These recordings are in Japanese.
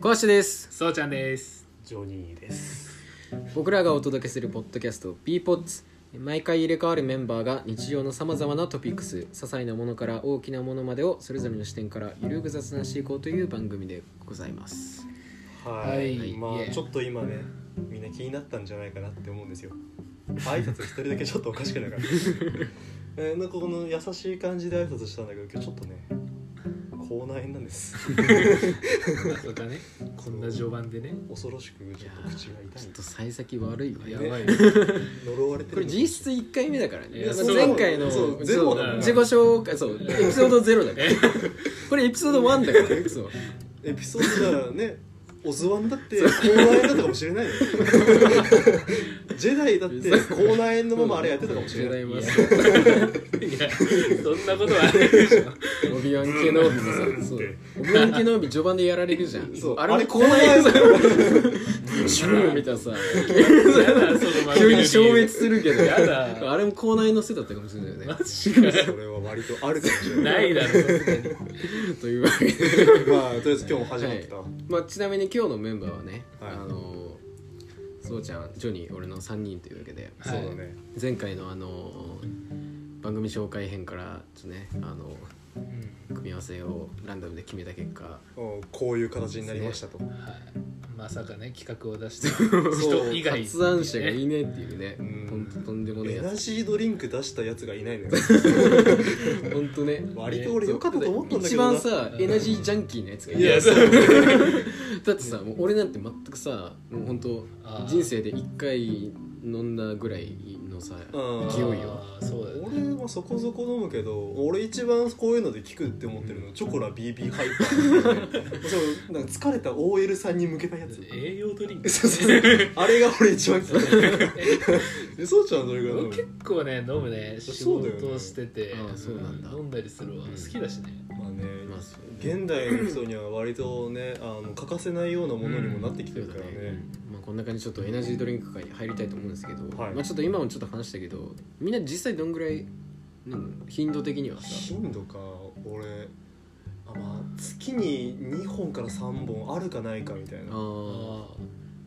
小橋ですそうちゃんです。ジョニーです。僕らがお届けするポッドキャスト b p o d s 毎回入れ替わるメンバーが日常のさまざまなトピックス些細なものから大きなものまでをそれぞれの視点からゆるく雑談していこうという番組でございますははいい。まいえあちょっと今ね、みんな気になったんじゃないかなって思うんですよ。挨拶一人だけちょっとおかしくな かった。えーなんかこの優しい感じで挨拶したんだけど、今日ちょっとね、口内炎なんです。まさかね、こんな序盤でね、恐ろしくちょっと口が痛ちょっとい。幸先悪いわやよばい。呪われてる。これ実質1回目だからいねやそうそう前回のそうゼそロうだから自己紹介そうエピソード0だから これエピソード1だからそうエピソードがね、オズワンだって口内炎だったかもしれ ないよ。ジェダイだって口内炎のままあれやってたかもしれない。いいまやすいや、そんなこと はないでしょ。オビワンケノービーさそうオビワンケノービー序盤でやられるじゃんそうあれもここううなないいさぞシューみたいなさやだその番組急に消滅するけ どやだあれも校内のせだったかもしれないよねマジかよそれは割とあるかもしれなない。いだろ、さすがにというわけで、まあとりあえず今日も始まってた。まあ、ちなみに今日のメンバーはね、はいあのそうちゃんジョニー俺の3人というわけで、そうだね。前回のあの番組紹介編からちょっとねあのうん組み合わせをランダムで決めた結果おこういう形になりましたと。はいまさかね、企画を出してる 人以外。発案者がいねえっていうねうんほんととんでもねえエやナつジードリンク出したやつがいないのよ。 ほんとね割と俺良かったと思ったんだけ一どな。番さエナジージャンキーなやつがいいるやそう。だってさもう俺なんて全くさもう本当あー人生で一回飲んだぐらいのさうん勢いよあーそうだよね。俺はそこそこ飲むけど、俺一番こういうので効くって思ってるのチョコラ BB 入った。 そうなんか疲れた OL さんに向けたやつ。栄養ドリンク。そうそうあれが俺一番効 く。えそうちゃんはどれぐらい飲俺む結構ね、飲むね。仕そうだよね事をしててあー、そうなんだ飲んだりするわ。うん好きだしね。まあね。まあそう現代の人には割とねあの欠かせないようなものにもなってきてそうるかだらねね。、まあ、こんな感じでちょっとエナジードリンク会に入りたいと思うんですけど、はいまあちょっと今もちょっと話したけどみんな実際どんぐらいうん頻度的にはさ頻度か俺あまあ月に2本から3本あるかないかみたいあーなあー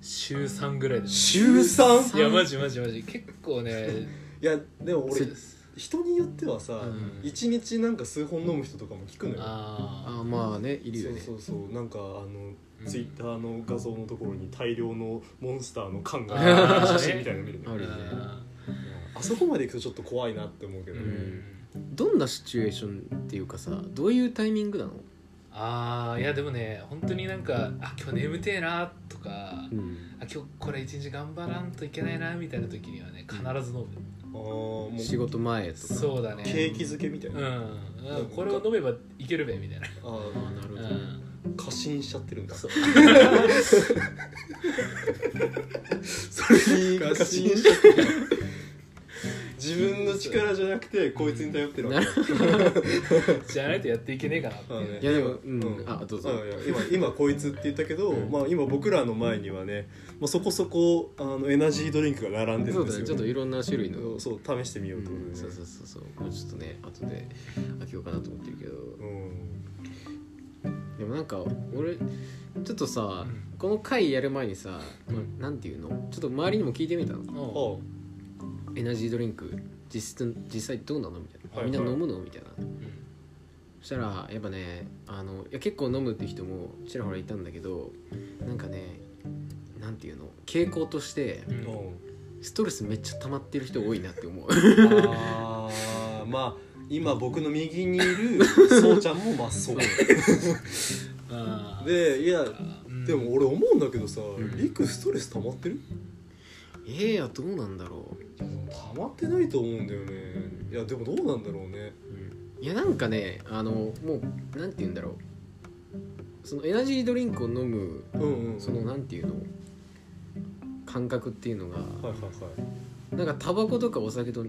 週3ぐらいで。週 3? いや、マジマジマジ。結構ね、いやでもそう俺です。人によってはさ、うん一1日なんか数本飲む人とかも聞くのよああーまあねいるよねそうそうそうなんかあのうんツイッターの画像のところに大量のモンスターの缶があー写真みたいなの見るあのるあよねあそこまで行くとちょっと怖いなって思うけどうね、んどんなシチュエーションっていうかさどういうタイミングなの、あーいやでもね本当になんかあ今日眠てえなとか、あうん、今日これ一日頑張らんといけないなみたいな時にはね必ず飲む、ああもう仕ケ事前とかそうだねーキ漬けみたいうんな、あうんこれを飲めばいけるべみたいな、ああーなるほうど、ん、過信しちゃってるんだそう それに過信しちゃってる自分の力じゃなくてこいつに頼ってるわなけるじゃないとやっていけねえかなってあのいねう、いやでもうんうんあどうぞあいや今今こいつって言ったけど、うんまあ、今僕らの前にはね、まあ、そこそこあのエナジードリンクが並んでるそんうでだすねよちょっといろんな種類のそう試してみようってことで、ねそうそうそうそうもうちょっとね後で開けようかなと思ってるけどうんでもなんか俺ちょっとさ、うんこの回やる前にさ、まうんあ、なんていうのちょっと周りにも聞いてみたのうんあエナジードリンク実質実際どうなのみたいな、はいはいみんな飲むのみたいなそしたらやっぱねあのいや結構飲むって人もちらほらいたんだけどなんかねなんていうの傾向としてうんう うんんストレスめっちゃ溜まってる人多いなって思う あーまあ今僕の右にい るそうちゃんもまっそうあーでいやうんでも俺思うんだけどさ、んリクストレス溜まってるえー、いやどうなんだろう溜まってないと思うんだよねいやでもどうなんだろうねいやなんかねあのもうなんて言うんだろうそのエナジードリンクを飲むうんうんそのなんていうの感覚っていうのがはいはいはいなんかタバコとかお酒と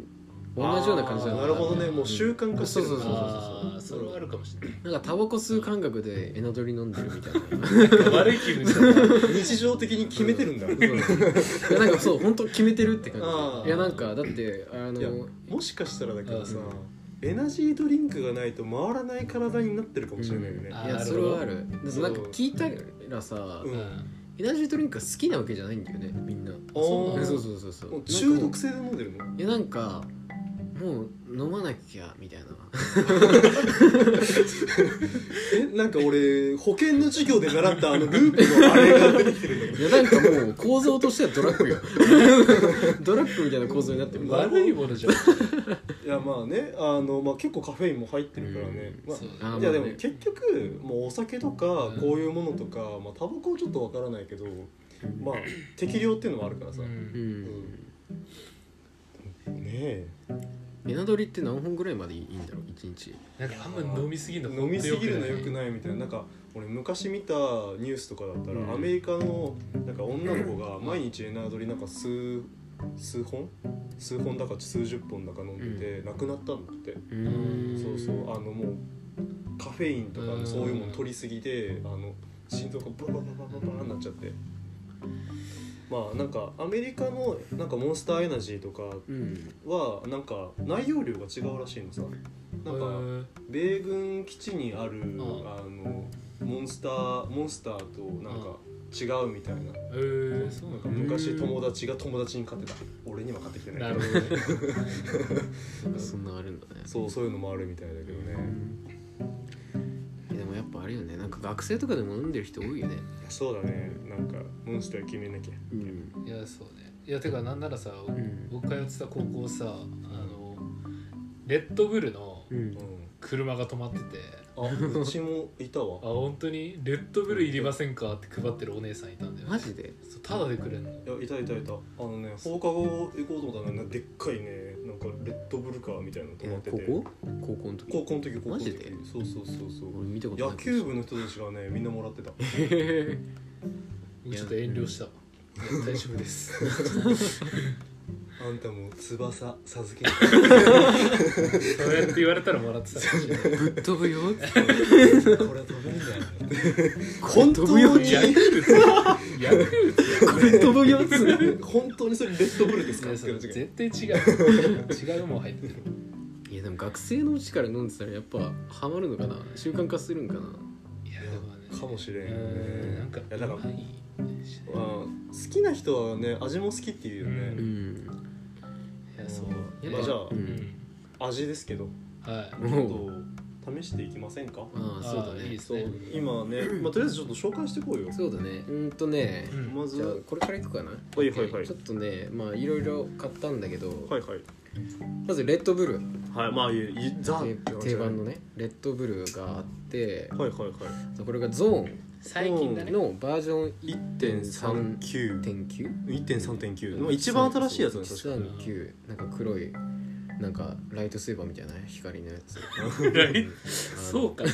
同じような感じなあのーかなるほどねもう習慣化してるそうそうそうそうあーそれはあるかもしれなんかタバコ吸う感覚でエナドリ飲んでるみたいな ない悪い気分になる日常的に決めてる んだ、そういやなんかそう本当決めてるって感あじーいやなんかだってあいやのもしかしたらだけどさ、うんエナジードリンクがないと回らない体になってるかもしれないよね、うんあいやなるそほれどはあるでもなんか聞いたらさ、うんうんエナジードリンクが好きなわけじゃないんだよねみんなそそうなうんだそうそうそもうう中毒性で飲んでるのいやなんかもう飲まなきゃみたいなえなんか俺保険の授業で習ったあのループのあれが出てきてるんだけどいやなんかもう構造としてはドラッグよ ドラッグみたいな構造になってるうん悪いものじゃんいやまあねあの、まあ、結構カフェインも入ってるからね、うまあそうあいやまであもね結局もうお酒とかうんこういうものとか、まあ、タバコはちょっとわからないけどまあ適量っていうのもあるからさ、ううんんねえエナドリって何本ぐらいまでいいんだろう一日なんかあんま飲みすぎるの飲みすぎるのよくいないみたいななんか俺昔見たニュースとかだったら、うんアメリカのなんか女の子が毎日エナドリなんか数数本数本だか数十本だか飲んでて、亡くなったんだって、うーんそうそうあのもうカフェインとかうんそういうもの取りすぎてあの心臓がバババババババになっちゃってまあなんかアメリカのなんかモンスターエナジーとかうんはなんか内容量が違うらしいのさなんか米軍基地にあるんあのモンスターモンスターとなんか違うみたいなえー、そうなんなかの昔友達が友達に勝てた俺には勝ってきてなないるほどねそんなあるんだねそうそういうのもあるみたいだけどねいやでもやっぱあれよねなんか学生とかでも飲んでる人多いよねそうだねなんかモンスター決めなきゃうんいやそうねいやてかなんならさ、ん僕通ってた高校さあのレッドブルのうんう車が止まっててん、あうちもいたわあ本当にレッドブルいりませんかって配ってるお姉さんいたんだよ、ね、マジでそうただでくれんのいやいたいたいたあのね放課後行こうと思ったらねでっかいねなんかレッドブルカーみたいなの止まって高て校高校の時高校の時高校のマ時ジでそうそうそうそう俺見たことない野球部の人たちがねみんなもらってた僕ちょっと遠慮したわいや大丈夫ですあんたも翼授けそうやって言われたらもらってたかもしれないぶっ飛ぶよるこれ飛べんだよ本当にこれ飛ぶよヤクルトヤクルトこれ飛ぶよっつうの本当にそれレッドブルですかいやっそてう話が絶対違う違うもん入ってるいやでも学生のうちから飲んでたらやっぱハマるのかな習慣化するんかないやでもねかもしれんよねうんなんかいやだからうまいしねあ好きな人はね味も好きっていうようね、んいやそうやっまあぱじゃあううんん味ですけどはいちょっと試していきませんかああそうだあーいいねですそうね今ね、まあ、とりあえずちょっと紹介していこうよそうだねうんとねうんまずじゃあこれからいくかなはいはいはいちょっとねまあいろいろ買ったんだけどはいはいまずレッドブルはいまあいいザ定定番のねねレッドブルがあってはいはいはいこれがゾーン最近だねのバージョン1.39 1.9 1.3.9まあ一番新しいやつだね確か139なんか黒いなんかライトスーパーみたいな光のやつはいあのそうか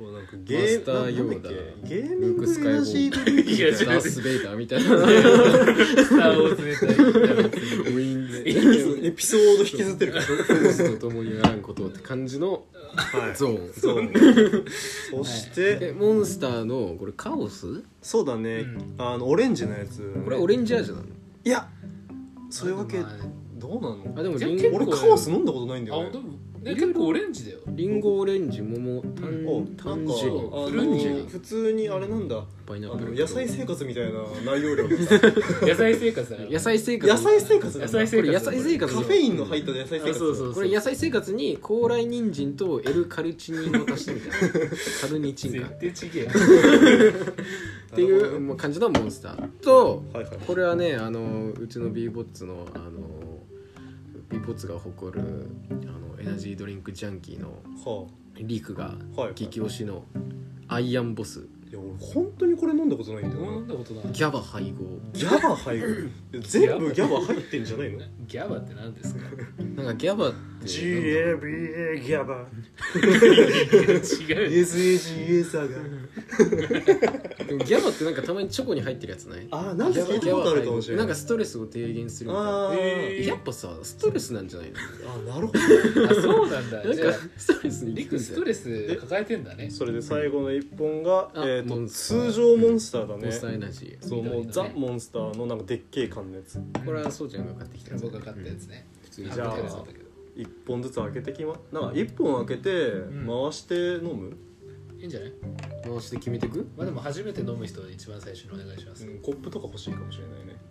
もうなんかゲゲーーマスターヨーダなんだっけゲーミングエナジードリンクいや違うダース・ベイダーみたいなスター・ウォーズネタ 言ったらウィン ズエピソー ド引きずってるからフォースと共にあらんことをって感じのはいゾーンそしてでモンスターのこれカオスそうだねうんあのオレンジのやつこれオレンジ味なのいやそういうわけまあどうなあのでもじゃあリン結構ゴ俺カオス飲んだことないんだあよ本当ねね結構オレンジだよリンゴオレンジ桃タンおタなんンかジあェあリフのルンジェ普通にあれなんだパイあナップのル野菜生活みたいな内容量がさ野菜生活だから野菜生活野菜生活な野んだ菜こ生れ活野菜生カ活フェインの入った野菜生活あそうそうこれ野菜生活に高麗人参と L カルチニンを足したみたいな カルニチンかっ絶対違えていなるほどうねもう感じのモンスターとはいはいこれはねあのうちの b ボッツのあの b ボッツが誇るあのエナジードリンクジャンキーのはリークがあはい激推しのアイアンボスいや俺本当にこれ飲んだことないんだよ俺飲なんだことないギャバ配合ギャバ入る全部ギャバ入ってんじゃないのギャバって何ですかなんかギャバってなんだろう GABA ギャバ違う SAGA サガでもギャバってなんかたまにチョコに入ってるやつないあーなんか聞いたことあるかもしれないんかストレスを低減するみたいなあーえーやっぱさストレスなんじゃないのあなるほどあそうなんだなんじゃかあストレスにリ効くクんスだトよレス抱えてんだねそれで最後の一本が、あえー、モとンスター通常モンスターだモンスターねエナジーそうも緑うのねザ・モンスターのなんかでっけえ缶のやつこれはそうちゃんが買ってきたやつ僕が買ったやつね普通にじゃあ買ったやつだったけどい一本ずつ開けてきまなんか一本開けてん回して飲む、いいんじゃない回して決めてくまあでも初めて飲む人は一番最初にお願いします、うんコップとか欲しいかもしれ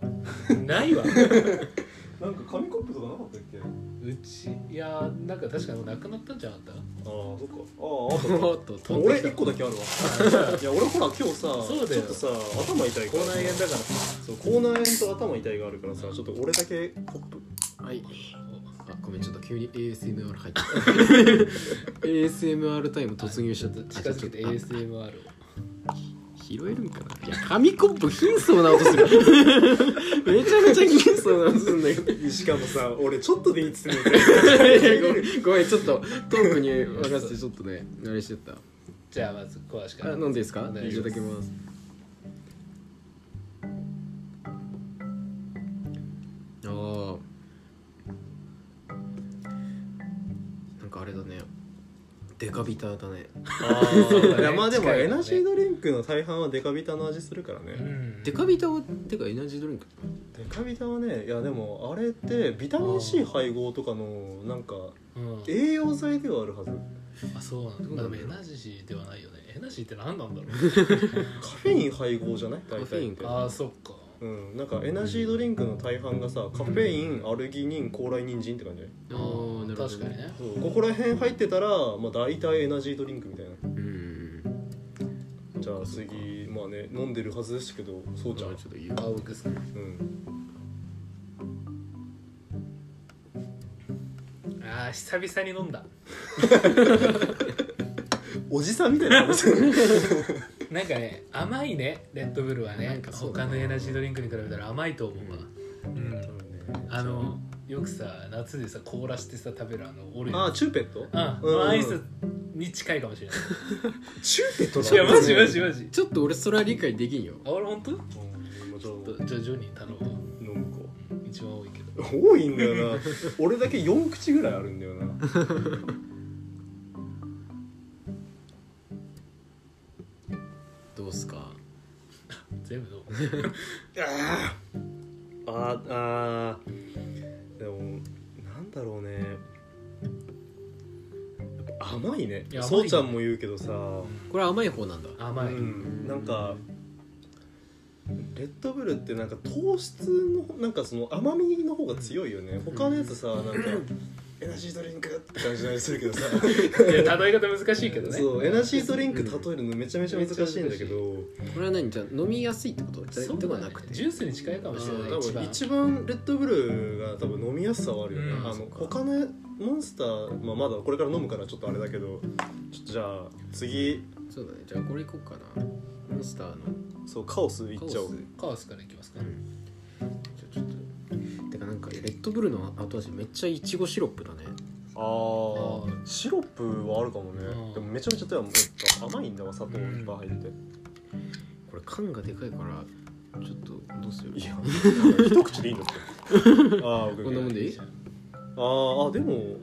ないねないわなんか紙コップとかなかったっけあうちいやーなんか確かもうなくなったんじゃなかったあそっかあああったおっと飛んで俺き一た個だけあるわいや俺ほら今日さそうだちょよっとさ頭痛いか口ら内炎だからそう口内炎と頭痛いがあるからさちょっと俺だけコップはいあごめんちょっと急に ASMR 入った ASMR タイム突入しちゃった近づけてあちょっと ASMR をあ拾えるんかないや紙コップ貧相な音する めちゃめちゃ貧相な音するんだ けど しかもさ俺ちょっとでいいっつってんだごめんごめんちょっとトークに任せてちょっとねあれしてたじゃあまず小足かあら飲んでいいですかお願いいしますただきますあーなんかあれだねデカビタだねあーいやまあでも近いよエねナジードリンクの大半はデカビタの味するからね、うんデカビタはてかエナジードリンクデカビタはねいやでもあれってビタミン C 配合とかのなんかうん栄養剤ではあるはずあそうなんだどうなまあんだろでうもエナジーではないよねエナジーって何なんだろうカフェイン配合じゃない大カ体フェインかああそっかうん、なんかエナジードリンクの大半がさカフェインアルギニン高麗人参って感じじゃなあいーなるほど確かにねそうここら辺入ってたら、まあ、大体エナジードリンクみたいなうんじゃあ次まあね飲んでるはずですけどそそうちゃんちょっといいよあ僕っすねうんああ久々に飲んだおじさんみたいな 話なんかね甘いねレッドブルはねなんかそうだ他ねのエナジードリンクに比べたら甘いと思うわうんあのよくさ夏でさ凍らしてさ食べるあのオレンジあーチューペットうん、うんまあアイスに近いかもしれない チューペットいやマジマジジマジちょっと俺それは理解できんよあ俺本当ちょっとじゃあジョニー頼む飲むか一番多いけど多いんだよな俺だけ4口ぐらいあるんだよなどうっすか全部どうあーああーでもなんだろうねやっぱ甘いねいや甘いそうちゃんも言うけどさ、これ甘い方なんだ甘い、うんなんかレッドブルってなんか糖質のなんかその甘みの方が強いよね他のやつさなんかエナジードリンクって感じの味するけど さいや例え方難しいけどねそうエナジードリンク例えるのめちゃめちゃ難しいんだけどこれは何じゃあ飲みやすいってことそうだねではなくてジュースに近いかもしれない多一分番一番レッドブルが多分飲みやすさはあるよね、うんあそのっか他のモンスター、まあ、まだこれから飲むからちょっとあれだけどちょっとじゃあ次そうだねじゃあこれいこうかなモンスターのそうカオスいっカオちスゃおうカオスからいきますか、うんじゃあちょっとてかなんかレッドブルの後味めっちゃいちごシロップだねああーシロップはあるかもねうんでもめちゃめちゃ手はもう甘いんだわ砂糖いっぱい入って、これ缶がでかいからちょっとどうするいや一口でいいんだってああこんなもんでいいじゃあーあでも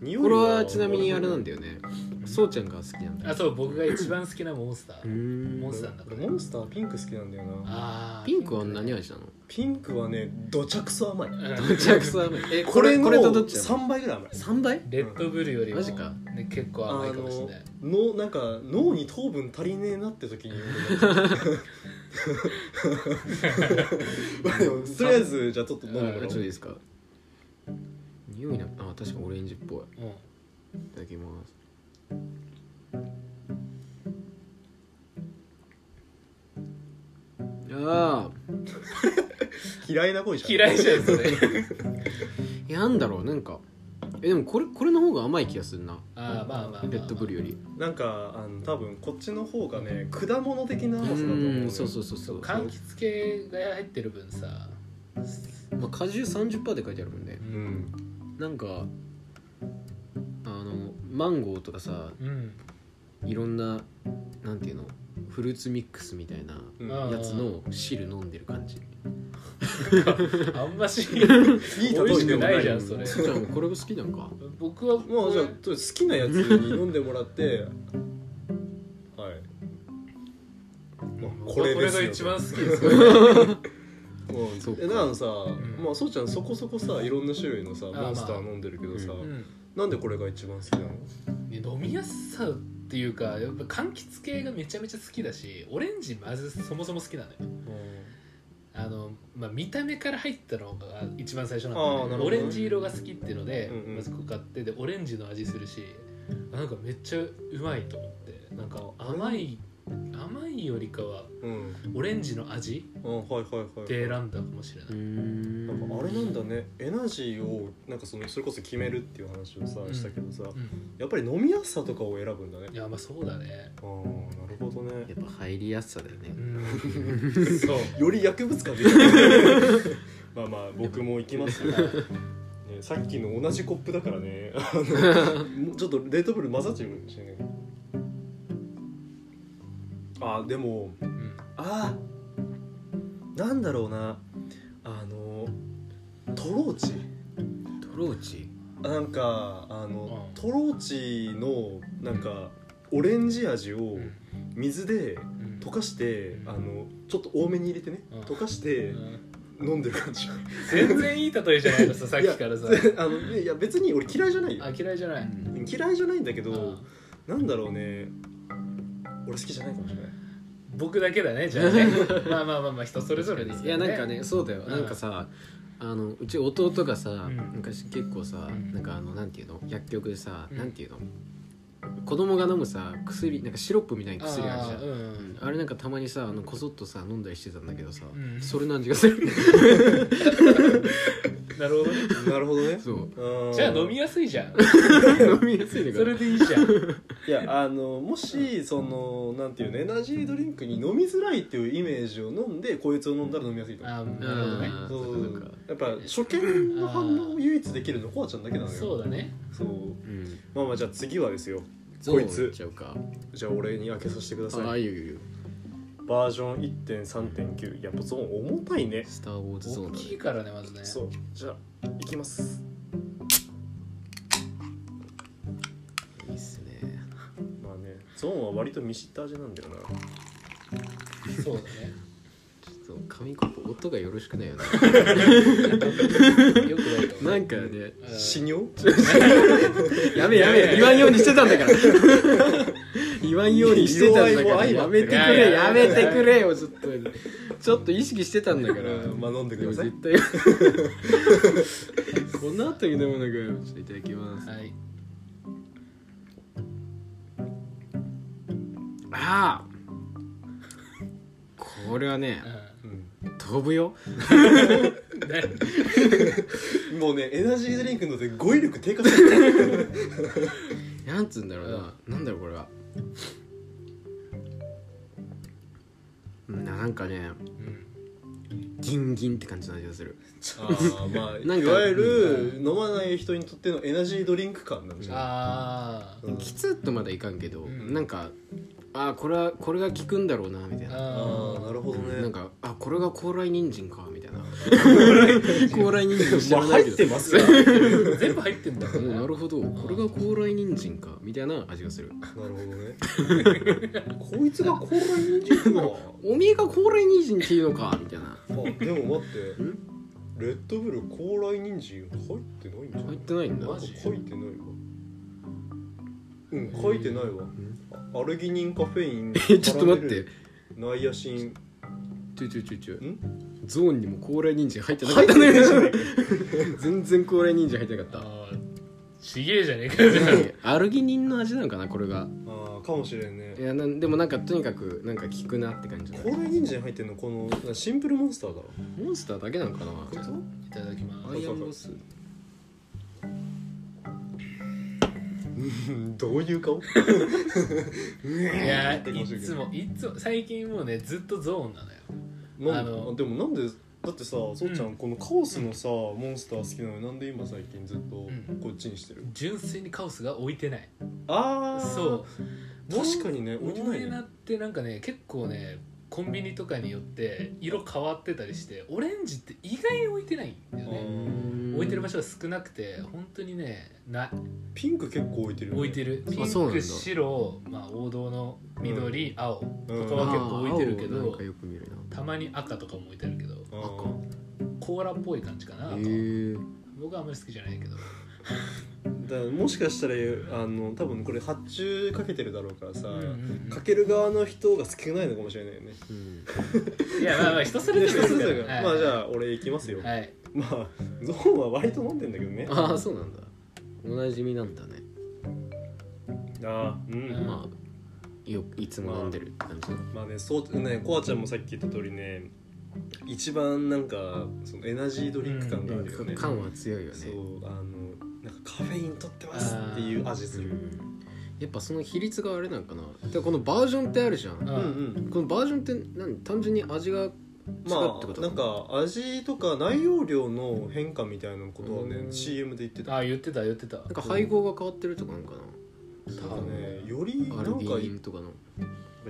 匂いこれはちなみにあれなんだだよねそうちゃんが好きなんだああそう僕が一番好きなモンスタうー、ーモンんスターの中でモンスターピンク好きなんだよなあーピンクは何味なのピンクはねどちゃくそ甘いうんど ちらくそ甘いえこれのこれとどっちなの3倍ぐらい甘い3倍レッドブルよりも、マジかね、結構あ甘いかもしれのない脳なんか脳に糖分足りねえなって時に俺がまあでもとりあえずじゃあちょっと飲むちょかっといいですか匂いなあ確かオレンジっぽいいうんただきますああ嫌いな声じゃん嫌いじゃんそれいやなんだろうなんかえでもこれこれの方が甘い気がするなあーまあまあまあ、まあ、レッドブルよりなんかあの多分こっちの方がね果物的なう甘さだと思う,、ーんそうそうそうそそうう柑橘系が入ってる分さまあ、果汁30%で書いてあるもんねうう、んなんかあのマンゴーとかさ うん、いろんななんていうのフルーツミックスみたいなうんあーやつの汁飲んでる感じあん ましいい美例味えしでくもなないいじじゃゃんんそれそうじゃんこれが好きなん か僕はまあじゃあこと好きなやつに飲んでもらってはい、まあれこれです よが一番好きですうんそうかえだからさ、んまあそうちゃんそこそこさいろんな種類のさあモンスターまあ飲んでるけどさ、ううんなんでこれが一番好きなので飲みやすさっていうかやっぱ柑橘系がめちゃめちゃ好きだしオレンジまずそもそも好きなのよあの、まあ、見た目から入ったのが一番最初なあの、ーなねるほどねオレンジ色が好きっていうので、うんうんまずこう買ってでオレンジの味するしなんかめっちゃうまいと思ってなんか甘い甘いよりかはうん、オレンジの味うん、はいはいはいで選んだかもしれない、んなんかあれなんだねエナジーをなんかそのそれこそ決めるっていう話をさ、うんしたけどさうんやっぱり飲みやすさとかを選ぶんだねいやまあそうだねああなるほどねやっぱ入りやすさだよねうん そうより薬物感出てる まあまあ僕も行きますよ、ね、さっきの同じコップだか らねあのもうちょっとレッドブル混ざっちゃうかもしれないけどあでもうんあーなんだろうなあのトローチトローチなんかあの、うんトローチのなんかオレンジ味をうん水でうん溶かして、うんあのちょっと多めに入れてね、うん溶かしうてん飲んでる感じ、 全然いい例えじゃないですさっきからさあのねいや別に俺嫌いじゃないよあ嫌いじゃない、嫌いじゃないんだけうどんなんだろうね俺好きじゃないかもしれない僕だけだねじゃあねまあまあまあまあ人それぞれですいけやどなんかねそうだよ、うんなんかさあのうち弟がさ、ん昔結構さ、うんなんかあのなんていうの薬局でさ、うんなんていうの子供が飲むさ薬なんかシロップみたいな薬あるじゃんーうんあれなんかたまにさあのこそっとさ飲んだりしてたんだけどさ、うんそれの味がす るなるほどねなるほどねそううんじゃあ飲みやすいじゃん飲みやすいのそかれなでいいじゃんいやあのもしそのなんていうのエナジードリンクに飲みづらいっていうイメージを飲んでこいつを飲んだら飲みやすいと思うあーなるほどねあーそうそうかやっぱ初見の反応を唯一できるのコアちゃんだけなのよそうだねそううんまあまあじゃあ次はですよゾこウいいっつちゃうかじゃあ俺に開けさせてくだああさいいいよいいよバージョン1.3.9やっぱゾーン重たいねスター・ウォーズゾー大ンだきいねからねまずねそうじゃあいきますいいっすねまあねゾーンは割と見知った味なんだよなそちうょっと紙コップ音がよろしくないよ ねだねよくないと思うなんかねうん死尿やべえや べえ言わんようにしてたんだから言わんようにしてたんだから色や合いめもて相くまってれやめてくれよちょっとちょっと意識してたんだ からまあ飲んででくもださい絶 対この後に飲むのかよちょっといただきますはいああこれはねうん飛ぶよもうねエナジードリンクので語彙力低下するなんつうんだろうな、なんだろうこれはうんなんかねうんギンギンって感じの味がするあー まあなんいかわゆる飲まない人にとってのエナジードリンク感なんじゃないあーうんきつっとまだいかんけど、んなんかああこれはこれが効くんだろうなみたいなあーあなるほどねなんかあこれが高麗人参かみた いな高麗人参知らないけど、ます よなるー全部入ってんだもうなるほどこれが高麗人参かみたいな味がするほどねこいつが高麗人参かおめえが高麗人参っていうのかみたいなあでも待ってんレッドブル高麗人参入ってないんじゃな入っいてないんだマジ書いてないわうん書いてないわんあアルギニンカフェインえちょっと待っカラメてルナイアシンちょいちょいちょいちょいんゾーンにも高麗人参入ってなかったね全然高麗人参入ってなか っあーちげえじゃねえかよたアルギニンの味なのかなこれがあーかもしれんねいやなんでもなんかとにかくなんか効くなって感じだ高麗人参入ってんのこのシンプルモンスターだわモンスターだけなのかこいなついただきまアすイアンボスうんどういう顔いやって感いじだけどつもいつも最近もうねずっとゾーンなのよなあんでのあでもなんでだってさそうちゃん、うんこのカオスのさモンスター好きなのになんで今最近ずっとんこっちにしてる、純粋にカオスが置いてないああそう確かにねモ置いてンなデいナねってなんかね結構ねコンビニとかによって色変わってたりしてオレンジって意外に置いてないんだよね置いてる場所が少なくて本当にねなピンク結構置いてるよね置いてるピあそうンなんだク白、まあ、王道の緑、青うんとかは結構置いてるけあー青どなんかよく見るなたまに赤とかも置いてあるけどあー赤コーラっぽい感じかな、あとはえ僕はあんまり好きじゃないけどだからもしかしたらあの多分これ発注かけてるだろうからさ、うんうんうんかける側の人が少ないのかもしれないよねうん、いやまあまあ人それでぞ人れそれぞれはがいまあじゃあ俺行きますよ、はいまあゾーンは割と飲んでんだけどねああそうなんだおなじみなんだねあーううんんまあよいつも飲んでるって感じ、まあねそうねコアちゃんもさっき言った通りね一番なんかそのエナジードリンク感があるよね、感は強いよねそうあのなんかカフェイン取ってますっていう味すうるんやっぱその比率があれなんかなでこのバージョンってあるじゃん、ううんんうんこのバージョンって何単純に味が違うってまことあなんか味とか内容量の変化みたいなことはね、うん CM で言ってたああ言ってた言ってたなんか配合が変わってるとかなんか多分ねよりな、なんかアルギニンとかの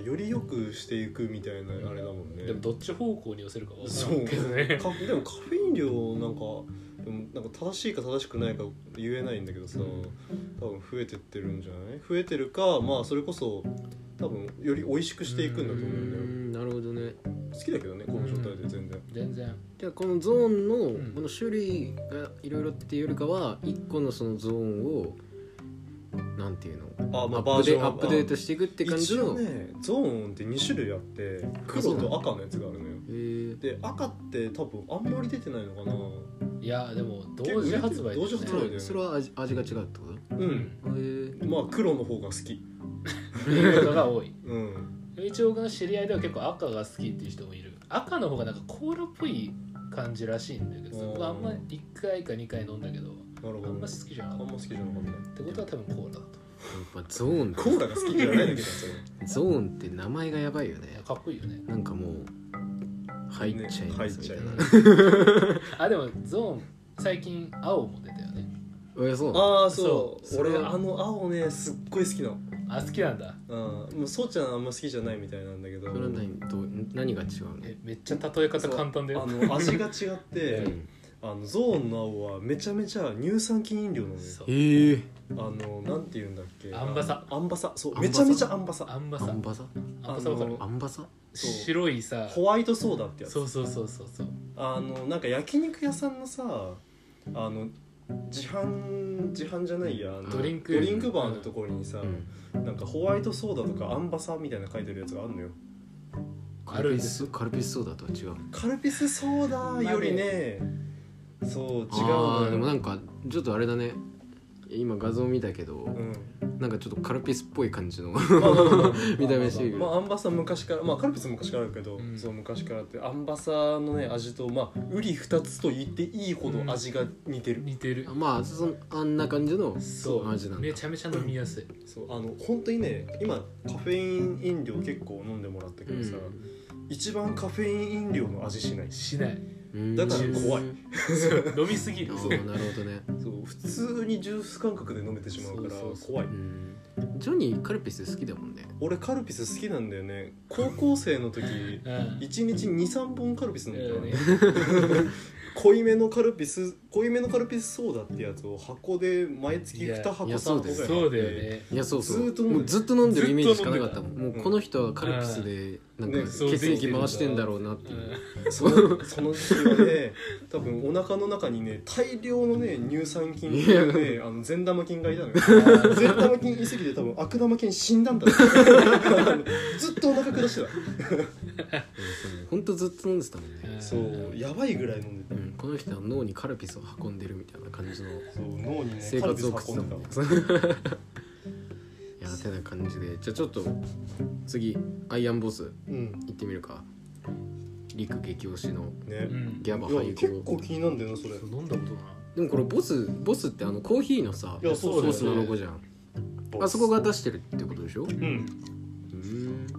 より良くしていくみたいなあれだもんねでもどっち方向に寄せるか分かそらうんけどねかでもカフェイン量なんかでもなんか正しいか正しくないか言えないんだけどさ多分増えてってるんじゃない増えてるかまあそれこそ多分より美味しくしていくんだと思うんだよんなるほどね好きだけどねこの状態で全然全然じゃあこのゾーンんのこの種類がいろいろっていうよりかは1個のそのゾーンをなんていうのあまアあバーップジョデンアップデートしていくって感じ一の、応ねゾーンって2種類あって黒と赤のやつがあるのよえー、で赤って多分あんまり出てないのかないやでも同時発売だよね同時発売だよねそれは味味が違うってことううんんえー、まあ黒の方が好きいうことが多いうん一応僕の知り合いでは結構赤が好きっていう人もいる赤の方がなんかコーラっぽい感じらしいんだけどうん僕あんま1回か2回飲んだけどなるほあどんま好きじゃなあんかまっ好きじゃなかったたってことは多分コーラだとやっぱゾーンコーラが好きじゃないだけだそれゾーンって名前がやばいよいやねかっこいいよねなんかもう入っちゃいますみたいな、ね入っ あでもゾーン最近青も出たよねえそうなのああそうそう俺それはあの青ねすっごい好きなのあ好きなんだうんもうそうちゃんあんま好きじゃないみたいなんだけどそれは何どう何が違うのえめっちゃ例え方簡単だあよの味が違っうてんあのゾーンの青はめちゃめちゃ乳酸菌飲料なのよそうええあのなんて言うんだっけアンバサアンバサアそンうバめサちゃめちゃアンバサアンバアサアンンバサバサわかるあアンバサそう白いさホワイトソーダってやつそうそうそうそうそうあのなんか焼肉屋さんのさあの自販自販じゃないやあのドリンクドリンクバーのところにさう、んなんかホワイトソーダとかアンバサみたいな書いてるやつがあるのよカルピスカルピスソーダとは違うカルピスソーダよりねそう違うあのーよでもなんかちょっとあれだね今画像見たけど、うんなんかちょっとカルピスっぽい感じのま あまあまあまあ見た目してるまあアンバサ昔からまあカルピスも昔からあるけど、うんそう昔からあってアンバサのね味とまあウリ二つと言っていいほど味が似てる、似てるまあそのあんな感じのそう味なんだめちゃめちゃ飲みやすいそうあの本当にね今カフェイン飲料結構飲んでもらったけどさ、一番カフェイン飲料の味しないしないうんだから怖いうんそう飲みすぎあるーなるほどね、そう普通にジュース感覚で飲めてしまうからそうそうそう怖いうん、ジョニーカルピス好きだもんね俺カルピス好きなんだよね高校生の時うん1日23本カルピス飲んでたのねね濃いめのカルピス濃いめのカルピスソーダってやつを箱で毎月2箱いや3箱ぐらいそうだよねいやそうそうずーっと飲んでもうずっと飲んでるイメージしかなかったもんずっとも飲うんでたこの人はカルピスでなんかね血液回してんだろうなっていうそ のその時期はね多分お腹の中にね大量のね乳酸菌っていうねあの善玉菌がいたのよ善玉菌いすぎて多分悪玉菌死んだんだろう ずっとお腹下してうんほんとずっと飲んでたもんねたそうやばいぐらい飲んでたうんこの人は脳にカルピスを運んでるみたいな感じのそう脳にね生活を送ってたカも ルピス運んんでたいやてな感じでじゃあちょっと次アイアンボスうん行ってみるか陸激推しのねうんギャバい配や結合構気になんだよなそれ飲んだことないでもこれボスボスってあのコーヒーのさいやそうそうボスのロゴじゃんあそこが出してるってことでしょうんうんで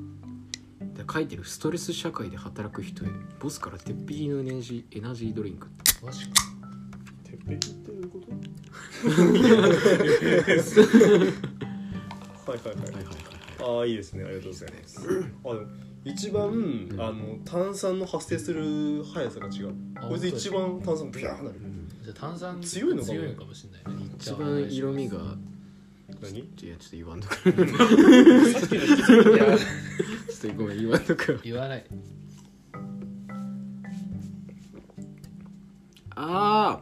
書いてるストレス社会で働く人へボスから鉄壁のエナジーエナジードリンクマジか鉄壁ってどういうこと はいはいはいはいはいはいはいああいいですねありがとうございますあでも一番、あの炭酸の発生する速さが違うあこれで一番炭酸ビャーなるうんじゃあ炭酸強いのかも強いのかもしれないね一番色味が何いやちょっと言わんとくさっきの引きずりいやちょっとごめん言わんとく言わないあ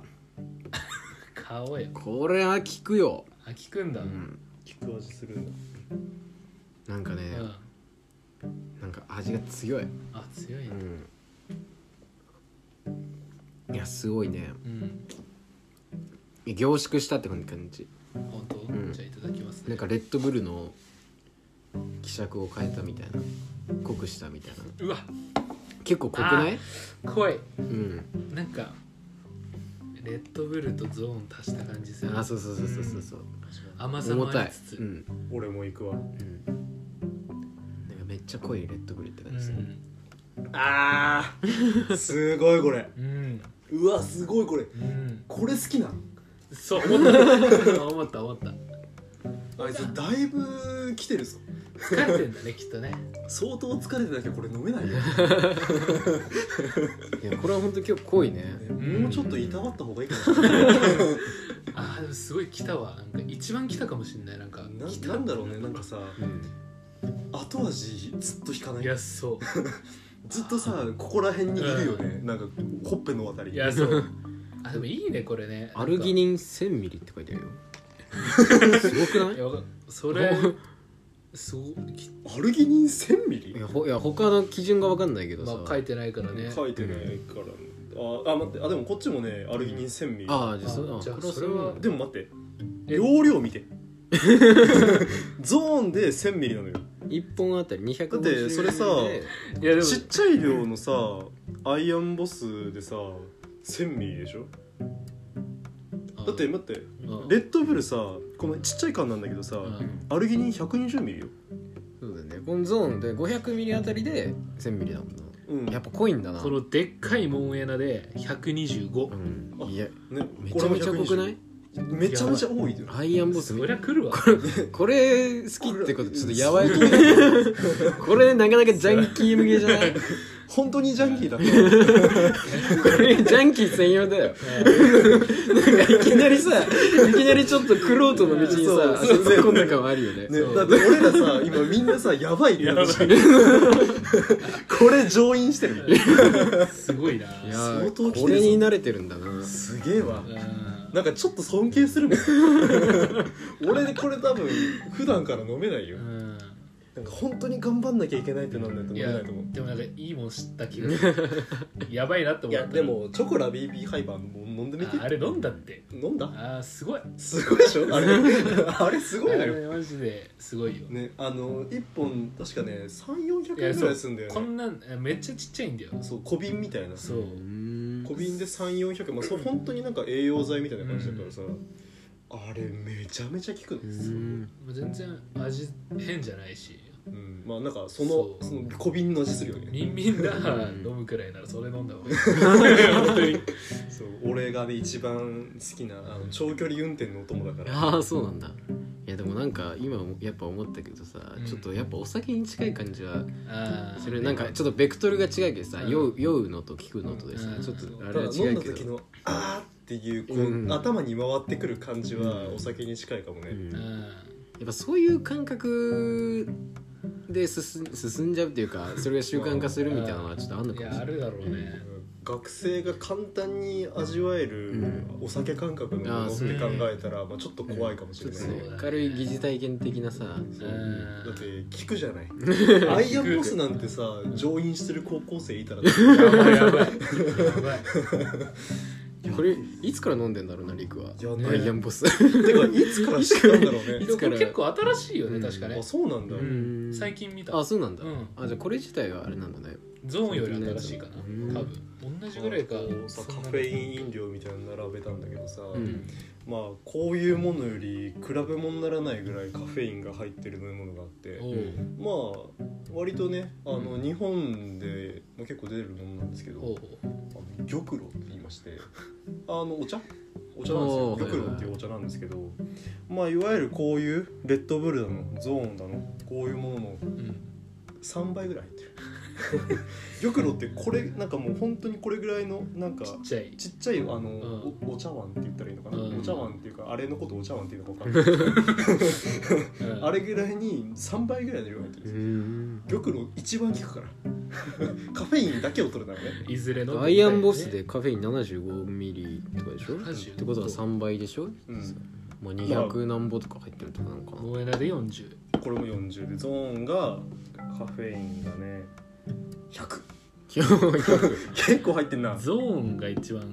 顔よあこれは効くよ、あ聞くんだううんん、聞く味するんだなんかね、なんか味が強い、あ強いねいやすごいねうん凝縮したって感じ本当、んじゃあいただきますなんかレッドブルの希釈を変えたみたいな濃くしたみたいなうわ結構濃くない濃いうんなんかレッドブルとゾーン足した感じするあそうそうそうそうそうそう甘さも重あたりいつつ、うん俺も行くわうんなんかめっちゃ濃いレッドブルってう感じするんあー すごいこれうん、うわすごいこれうん、これ好きなそう思った 思った思ったあいつだいぶ来てるぞ疲れてんだねきっとね相当疲れてなきゃこれ飲め ないよ、いやこれは本当今日濃いねんもうちょっといたわった方がいいか もしれないあーでもすごい来たわなんか一番来たかもしんないなんかな来たなんだろうねなんかさうん後味ずっと引かないいやそう ずっとさここら辺にいるよねなんかほっぺのあたりいやそうあでもいいねこれねアルギにニン1000ミリって書いてあ るよすごくないいやわかそれほそうきアルギニン1000ミいリやほいや他の基準が分かんないけどさ、まあ書いてないからね書いてないからああ待ってあでもこっちもねアルギニン1000ミリああじゃあそああじゃあこれはそれはでも待ってえ容量見て ゾーンで1000ミリなのよ1本あたり250だってそれさでいやでもちっちゃい量のさアイアンボスでさ1000ミリでしょあーだって待ってうんレッドブルさこのちっちゃい缶なんだけどさ、うんアルギニン120ミリよそうだよねこのゾーンで500ミリあたりで1000ミリだもんなうんやっぱ濃いんだなこのでっかいモンエナで125、うんいやねめこちゃれもめちゃ濃くない120めちゃめちゃ多いよアイアン ボスそりゃ来るわこれ好きってことちょっとやばいこれなかなかジャンキー向けじゃないこ本当にジャンキーだったれジャンキー専用だよなんかいきなりさいきなりちょっとクロートの道にそうさそう足突っ込んだ感はあるよねねだって俺らさ今みんなさやばいってなってるこれ乗員してるすごいないや相当来てるぞこれに慣れてるんだなすげえわうんなんかちょっと尊敬するもん俺ねこれ多分普段から飲めないようんなんか本当に頑張んなきゃいけないってなんないとい飲やめないと思うでもなんかいいもん知った気がするやばいなってい思ったやでもチョコラ BB ハイバーも飲んでみてああれ飲んだって飲んだああすごいすごいでしょあれあれすごいのあよれマジですごいよ、ねあの1本確かねい3400や円そうぐらいするんだよこねんなんえめっちゃちっちゃいんだよそう小瓶みたいなそううん小瓶で3400円まあそう本当になんか栄養剤みたいな感じだからさ、あれめちゃめちゃ効くの、うんもう全然味変じゃないしうんまあなんかそのそうその小瓶の味するよねみんみんなうん飲むくらいならそれ飲んだわ 本当にそう俺がね一番好きなあの長距離運転のお供だからああそうなんだいやでもなんか今もやっぱ思ったけどさ、うんちょっとやっぱお酒に近い感じはあーそれなんかちょっとベクトルが違うけどさ、うん酔う酔うのと聞くのとでさ、うんちょっとあだれかはら飲違んうだけ時ど、の「あー」っていうこう、うん頭に回ってくる感じはうんお酒に近いかもね、うんうやんっぱそういう感覚で進ん進んじゃうっていうかそれが習慣化するみたいなのはちょっとあんのいかもしれやなあいるだろうね学生が簡単に味わえうるんお酒感覚のものあーっそうて考えたら、まあ、ちょっと怖いかもしちょれっないとね、ねそうだね軽い疑似体験的なさうだってん聞くじゃないアイアンボスなんてさ乗員してる高校生いたらやばいやばいやばいこれいつから飲んでんだろうなリクはやアイアねンボスてかいつから知ったんだろう いねつからでも結構新しいようんね確かねあそうなんだ、んうん最近見たあそうなんだ、うんあじゃあこれ自体があれなんだねゾーンより新しいかなうん多分同じぐらいかこうさそんカなフェイン飲料みたいなの並べたんだけどさ、うんまあこういうものより比べ物にならないぐらいカフェインが入ってる飲み物があっておうまあ割とねあの、うん日本で、まあ、結構出てるものなんですけどおうあの玉露って言いましてあのお茶お茶なんですよおー玉露っていうお茶なんですけど、まあいわゆるこういうレッドブルだのゾーンだのこういうもののうん3倍ぐらい入ってる 玉露ってこれなんかもう本当にこれぐらいのなんかちっちゃいちっちゃいあの、んおお茶碗って言ったらいいのかな、うんお茶碗っていうかあれのことお茶碗っていうのか分かんないうんあれぐらいに3倍ぐらいの量入ってるんですよん玉露一番効くから カフェインだけを取るならねいずれのアイアンボスでカフェイン75ミリとかでしょ75ってことは3倍でしょ、うんまあ、200何ぼとか入ってるとかなのか な、モエナで40これも40でゾーンがカフェインがね100結構入ってんな、ゾーンが一番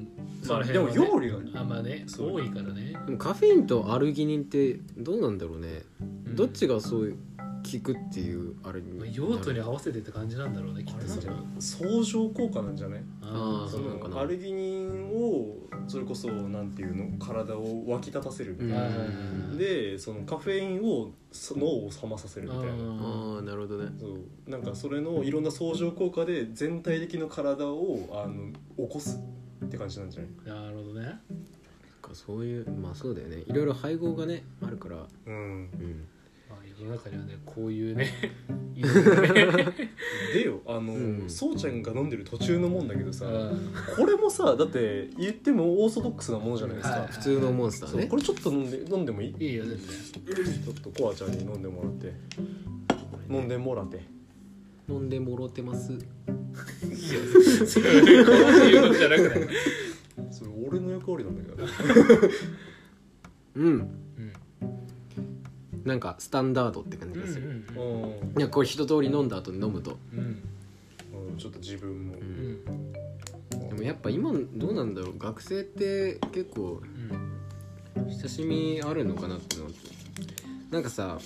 まそあ、ので辺もはね料理がねあんまねそう多いからねでもカフェインとアルギニンってどうなんだろうね、うんどっちがそういう効くっていうあれになまある用途に合わせてって感じなんだろうねきっあとれそなんじゃのない相乗効果なんじゃないあそそうなのかのなアルギニンをそれこそなんていうの体を沸き立たせるみたいな、うんでそのカフェインをそ脳を冷まさせるみたいな、ああなるほどねそうなんかそれのいろんな相乗効果で全体的な体をあの起こすって感じなんじゃない、あーなるほどねなんかそういうまあそうだよねいろいろ配合がねあるから、うん、うん、まあ世の中にはねこういう ねいろいろねでよあの、うんそうちゃんが飲んでる途中のもんだけどさ、うんこれもさだって言ってもオーソドックスなものじゃないですか、はい普通のモンスターそうねこれちょっと飲んで飲んでもいいいいよ全然ちょっとコアちゃんに飲んでもらって飲んでもらって飲んでもろてますいいよそういうことじゃなくないそれ俺の役割なんだけどねうんうんなんかスタンダードって感じがする、ううんいやこれ一通り飲んだ後に飲むとうんんうんちょっと自分も、ううんんでもやっぱ今どうなんだろう学生って結構うん親しみあるのかなってのなんかさ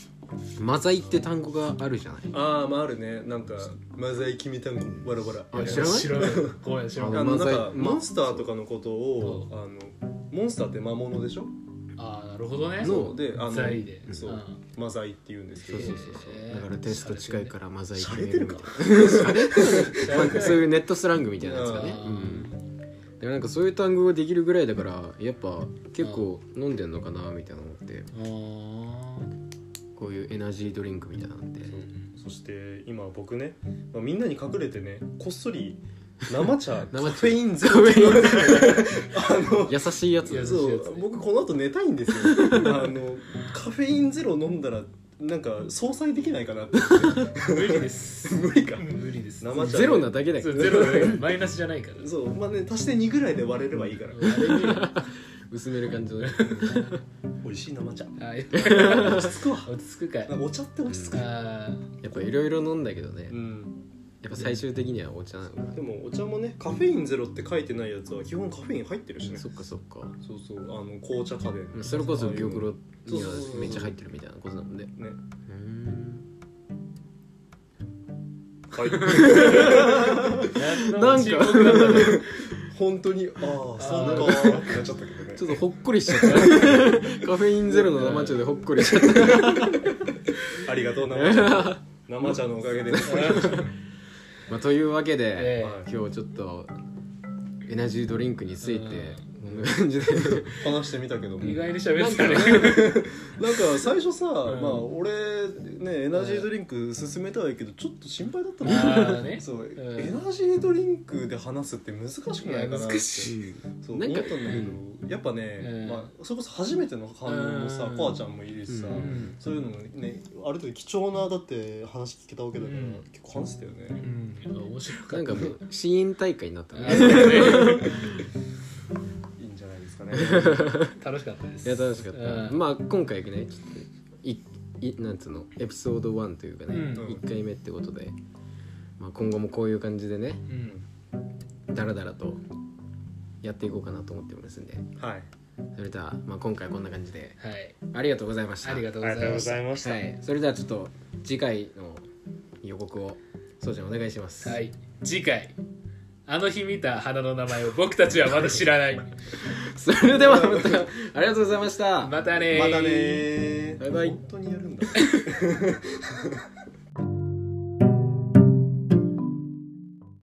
マザイって単語があるじゃないああまああるねなんかマザイキミタンゴバラバラあ知らない知らないごめん知らあないのなんマザイかまモンスターとかのことをうあのモンスターって魔物でしょああなるほどねのそうであの財でそううんマザイって言うんですけどそうそうだからテスト近いからマザイ決め洒落てるるみかたいななんかそういうネットスラングみたいなやつがね、あーうん、でもなんかそういう単語ができるぐらいだからやっぱ結構飲んでんのかなみたいな思ってあーこういうエナジードリンクみたいなのってそして今僕ね、まあ、みんなに隠れてねこっそり生茶茶カフェインゼロあの 優しいやついやそ優しいやうつね僕この後寝たいんですよあのカフェインゼロ飲んだらなんか相殺できないかなって 無理です無理か無理です生茶ゼロなだけだそけうどゼロだよマイナスじゃないからそうまあね足して2ぐらいで割れればいいから薄める感じのね美味しい生茶あー落ち着くわ落ち着くかいなんかお茶って落ち着くあやっぱいろいろ飲んだけどねうんやっぱ最終的にはお茶なのかなでもお茶もねカフェインゼロって書いてないやつは基本カフェイン入ってるしねそそっかそっかうそうあの紅茶家電それこそああいう玉の露にはそうそうそうそうめっちゃ入ってるみたいなことだもんねねうーんはいーなんか沈黙だったね本当にああそうあかーってなっちゃったけどねちょっとほっこりしちゃったカフェインゼロの生茶でほっこりしちゃったありが とう生茶生茶のおかげでねまあというわけでえはい今日ちょっとエナジードリンクについてうこんな感じで 話してみたけどもえ意な外に喋ってたねんか最初さ、んまあ俺ねエナジードリンク勧めたはいいけどちょっと心配だったあなーねそう、うんエナジードリンクで話すって難しくないかなって難しそうな思んっかたんだけど、やっぱね、うんまあ、それこそ初めての反応もさ、うんコアちゃんもいるしさ、うんそういうのもねある程度貴重なだって話聞けたわけだから、うん結構話してたようね、ん面白かなっんかたもう試飲大会になったねねいいんじゃないです かね楽しかったですいや楽しかったうんまあ今回ねちょっといいなんつうのエピソード1というかねうん1回目ってことでまあ今後もこういう感じでねうんダラダラとやっていこうかなと思っておりますんではいそれでは、まあ、今回こんな感じではいありがとうございましたありがととうございましたいましはい、それではちょっと次回の予告をそうちゃんお願いしますはい、次回あの日見た花の名前を僕たちはまだ知らない それではまたありがとうございましたまたねーまたねーバイバイ本当にやるんだ